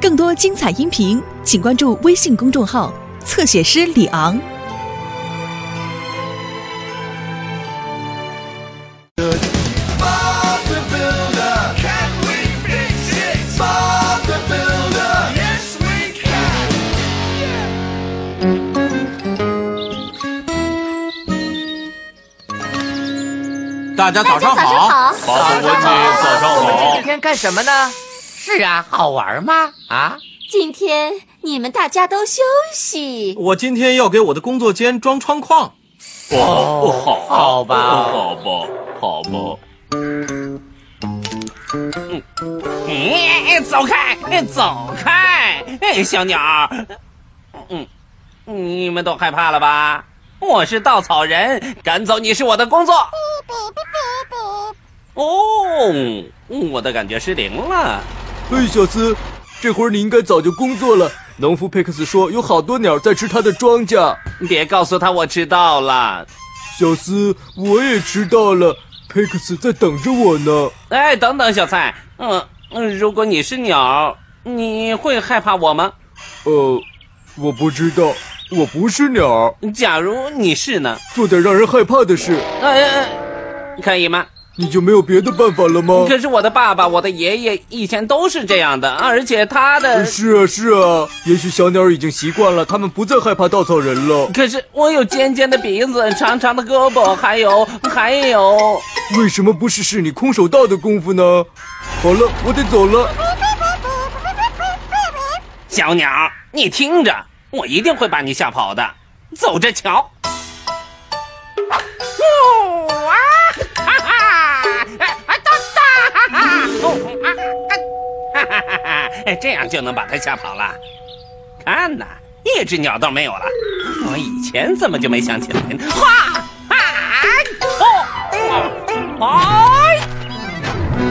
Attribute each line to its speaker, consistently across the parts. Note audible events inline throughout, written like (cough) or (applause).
Speaker 1: 更多精彩音频，请关注微信公众号“侧写师李昂”。
Speaker 2: Bob the Builder. Can we fix it? Bob the Builder. Yes, we can.
Speaker 3: 嗯大家早上
Speaker 4: 大家早上
Speaker 3: 好，
Speaker 4: 好
Speaker 5: 啊
Speaker 3: 宝宝文姐早上好
Speaker 5: 今。天干什么呢？是啊，好玩吗？啊，
Speaker 4: 今天你们大家都休息，
Speaker 3: 我今天要给我的工作间装窗框。哦，好，
Speaker 5: 好吧
Speaker 3: 哦好吧，好吧。
Speaker 6: 哎，走开！哎，走开！哎，小鸟儿，嗯，你们都害怕了吧？我是稻草人，赶走你是我的工作。哦，我的感觉失灵了。
Speaker 7: 嘿，哎小斯，这会儿你应该早就工作了。农夫佩克斯说，有好多鸟在吃他的庄稼。
Speaker 6: 别告诉他我迟到了。
Speaker 7: 小斯，我也迟到了，佩克斯在等着我呢。
Speaker 6: 哎，等等，小蔡，嗯嗯，如果你是鸟儿，你会害怕我吗？
Speaker 7: 呃，我不知道，我不是鸟儿，
Speaker 6: 假如你是呢？
Speaker 7: 做点让人害怕的事，
Speaker 6: 呃，可以吗？
Speaker 7: 你就没有别的办法了吗？
Speaker 6: 可是我的爸爸、我的爷爷以前都是这样的，啊而且他的……
Speaker 7: 是啊，是啊，也许小鸟已经习惯了，它们不再害怕稻草人了。
Speaker 6: 可是我有尖尖的鼻子、长长的胳膊，还有还有，
Speaker 7: 为什么不试试你空手道的功夫呢？好了，我得走了。
Speaker 6: 小鸟，你听着，我一定会把你吓跑的，走着瞧。哦啊哈哈！哎哎，等等，哈哈！哦啊啊！哈哈哈哈！哎，这样就能把它吓跑了。看呐，一只鸟都没有了。我以前怎么就没想起来呢？哗！哎哦哦！哎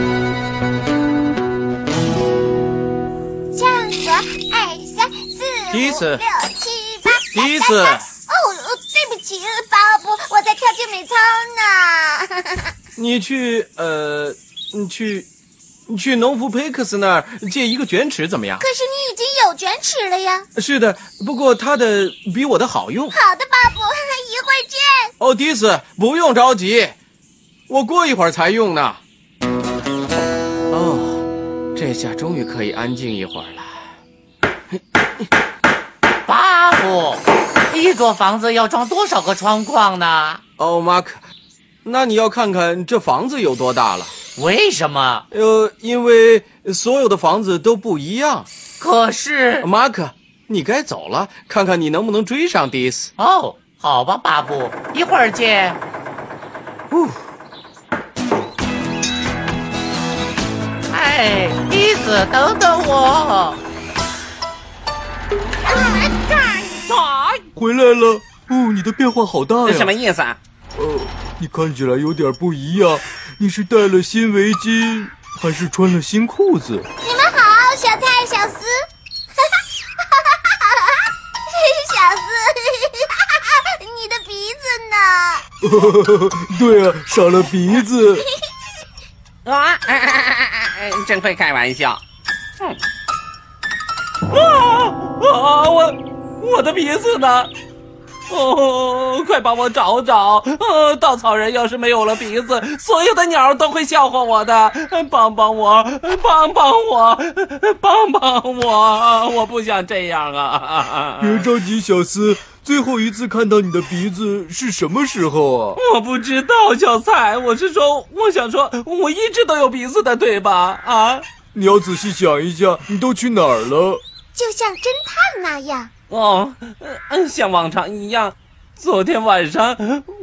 Speaker 8: 上左二三四五
Speaker 3: 第一次
Speaker 8: 六七八，
Speaker 3: 第一次
Speaker 8: 哒哒哒哦，呃对不起，巴布，我在跳健美操
Speaker 4: (laughs)
Speaker 8: 呢。
Speaker 3: 你去呃，你去，你去农夫佩克斯那儿借一个卷尺怎么样？
Speaker 8: 可是你已经有卷尺了呀。
Speaker 3: 是的，不过他的比我的好用。
Speaker 8: 好的，巴布，一会儿见。
Speaker 3: 哦，迪斯，不用着急，我过一会儿才用呢。
Speaker 5: 哦，这下终于可以安静一会儿了。巴布，一座房子要装多少个窗框呢？
Speaker 3: 哦，马克，那你要看看这房子有多大了。
Speaker 5: 为什么？
Speaker 3: 呃，因为所有的房子都不一样。
Speaker 5: 可是
Speaker 3: 马克，你该走了，看看你能不能追上迪斯。
Speaker 5: 哦，好吧，巴布，一会儿见。哎，伊子，等等我。
Speaker 7: 回来了，哦，你的变化好大呀。
Speaker 6: 这什么意思啊？
Speaker 7: 呃，你看起来有点不一样。你是戴了新围巾，还是穿了新裤子？ (laughs)
Speaker 8: 你们好，小蔡、小斯。 (laughs) (laughs) 小斯， (laughs) 你的鼻子呢？
Speaker 7: 对啊，少了鼻子。
Speaker 6: 啊，哎哎哎哎哎真会开玩笑。嗯。啊啊！我我的鼻子呢？哦，快帮我找找！呃，稻草人要是没有了鼻子，所有的鸟都会笑话我的。帮帮我，帮帮我，帮帮我！我不想这样啊！
Speaker 7: 别着急，小斯，最后一次看到你的鼻子是什么时候啊？
Speaker 6: 我不知道，小蔡，我是说，我想说，我一直都有鼻子的，对吧？啊？
Speaker 7: 你要仔细想一下，你都去哪儿了？
Speaker 8: 就像侦探那样。
Speaker 6: 哦，呃嗯，像往常一样，昨天晚上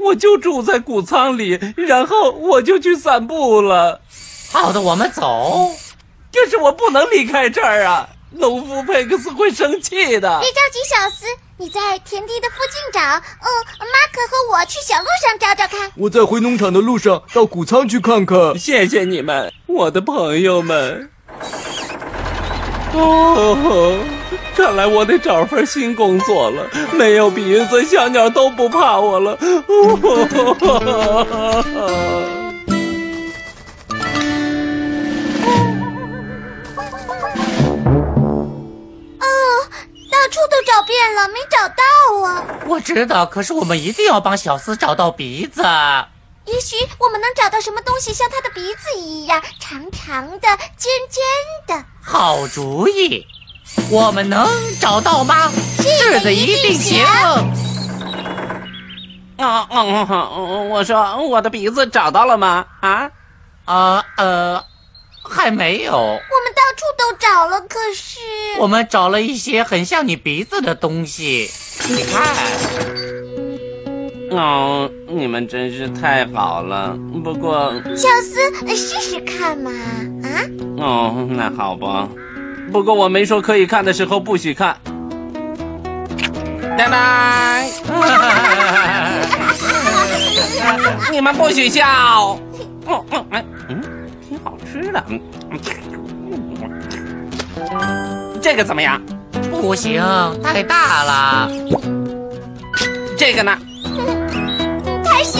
Speaker 6: 我就住在谷仓里，然后我就去散步了。
Speaker 5: 好的，我们走。
Speaker 6: 可是我不能离开这儿啊，农夫佩克斯会生气的
Speaker 8: 别。哎着急，小斯，你在田地的附近找。哦，马克和我去小路上找找看。
Speaker 7: 我在回农场的路上到谷仓去看看。
Speaker 6: 谢谢你们，我的朋友们。哦，看来我得找份新工作了。没有鼻子，小鸟都不怕我了。哦
Speaker 8: 哦，遍了，没找到啊。
Speaker 5: 我知道，可是我们一定要帮小斯找到鼻子。
Speaker 8: 也许我们能找到什么东西，像它的鼻子一样长长的、尖尖的。
Speaker 5: 好主意，我们能找到吗？
Speaker 8: 是的
Speaker 5: 是的，
Speaker 8: 一
Speaker 5: 一
Speaker 8: 定
Speaker 5: 定行。
Speaker 6: 啊嗯嗯，我说我的鼻子找到了吗？啊，
Speaker 5: 啊呃，还没有。
Speaker 8: 我们到处都找了，可是
Speaker 5: 我们找了一些很像你鼻子的东西，你看，
Speaker 6: 哦，你们真是太好了。不过，
Speaker 8: 小斯呃试试看嘛。啊， (laughs)
Speaker 6: 哦，那好吧。不过我没说可以看的时候不许看。拜拜，你们不许笑。嗯嗯嗯嗯，挺好吃的。嗯这个怎么样？
Speaker 5: 不行，太大了。
Speaker 6: 这个呢？
Speaker 8: 太小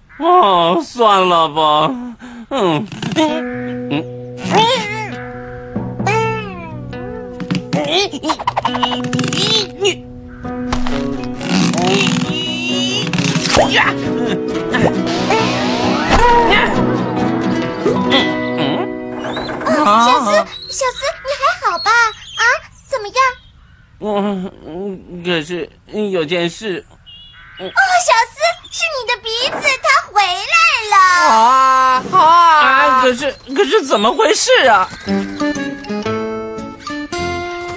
Speaker 6: 哦，算了吧。嗯，
Speaker 8: 小斯
Speaker 5: 啊，，
Speaker 8: 小斯你还好吧？啊，怎么样？
Speaker 6: 我嗯，可是有件事。
Speaker 8: 哦，小斯是你的鼻子，它回来
Speaker 4: 哦
Speaker 8: 了。
Speaker 5: 啊
Speaker 6: 啊，
Speaker 5: 啊
Speaker 6: 可是可是怎么回事啊？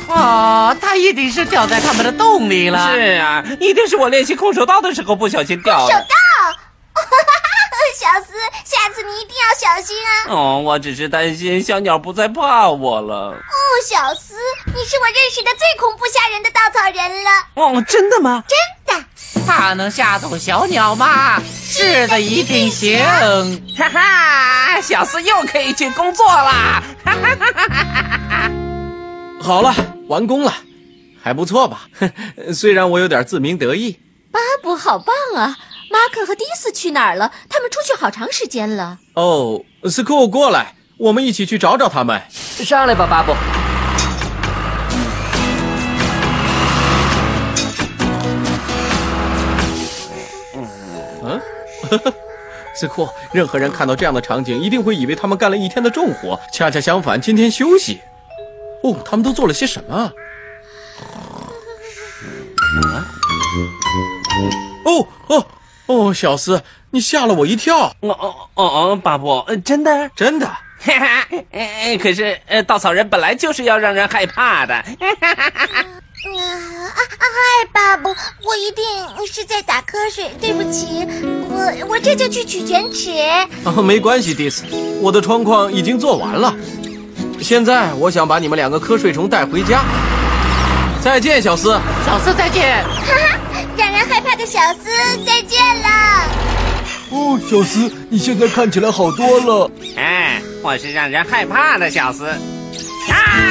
Speaker 5: 啊！它一定是掉在他们的洞里了。
Speaker 6: 是啊，一定是我练习空手道的时候不小心掉
Speaker 8: 手
Speaker 6: 的。
Speaker 8: 到， (laughs) 小斯，下次你一定要小心啊。
Speaker 6: 哦，我只是担心小鸟不再怕我了。
Speaker 8: 哦，小斯，你是我认识的最恐怖吓人的稻草人了，
Speaker 6: 哦，真的吗？
Speaker 8: 真的。
Speaker 5: 它能吓走小鸟吗？是的，一定行。
Speaker 6: 哈哈，小四又可以去工作啦！
Speaker 3: 好了，完工了，还不错吧？ (laughs) 虽然我有点自鸣得意。
Speaker 4: 巴布好棒啊！马可和迪斯去哪儿了？他们出去好长时间了。
Speaker 3: 哦，斯库过来，我们一起去找找他们。
Speaker 9: 上来吧，巴布。
Speaker 3: (laughs) 斯库，嗯任何人看到这样的场景，一定会以为他们干了一天的重活。恰恰相反，今天休息。哦，他们都做了些什么啊？哦哦哦，小斯，你吓了我一跳！
Speaker 6: 哦哦哦哦，巴布，呃真的？ (laughs)
Speaker 3: 真的，
Speaker 6: 哈哈，呃可是呃，稻草人本来就是要让人害怕的。
Speaker 8: 嗯啊啊！嗨，巴布，我一定是在打瞌睡，对不起，我我这就去取卷尺。
Speaker 3: (laughs) 啊，没关系，迪斯，我的窗框已经做完了。现在我想把你们两个瞌睡虫带回家。再见，小斯。
Speaker 5: 小四再见。
Speaker 8: 让人害怕的小斯，再见了。
Speaker 7: 哦，小斯，你现在看起来好多了。
Speaker 6: 哎，我是让人害怕的小斯。啊！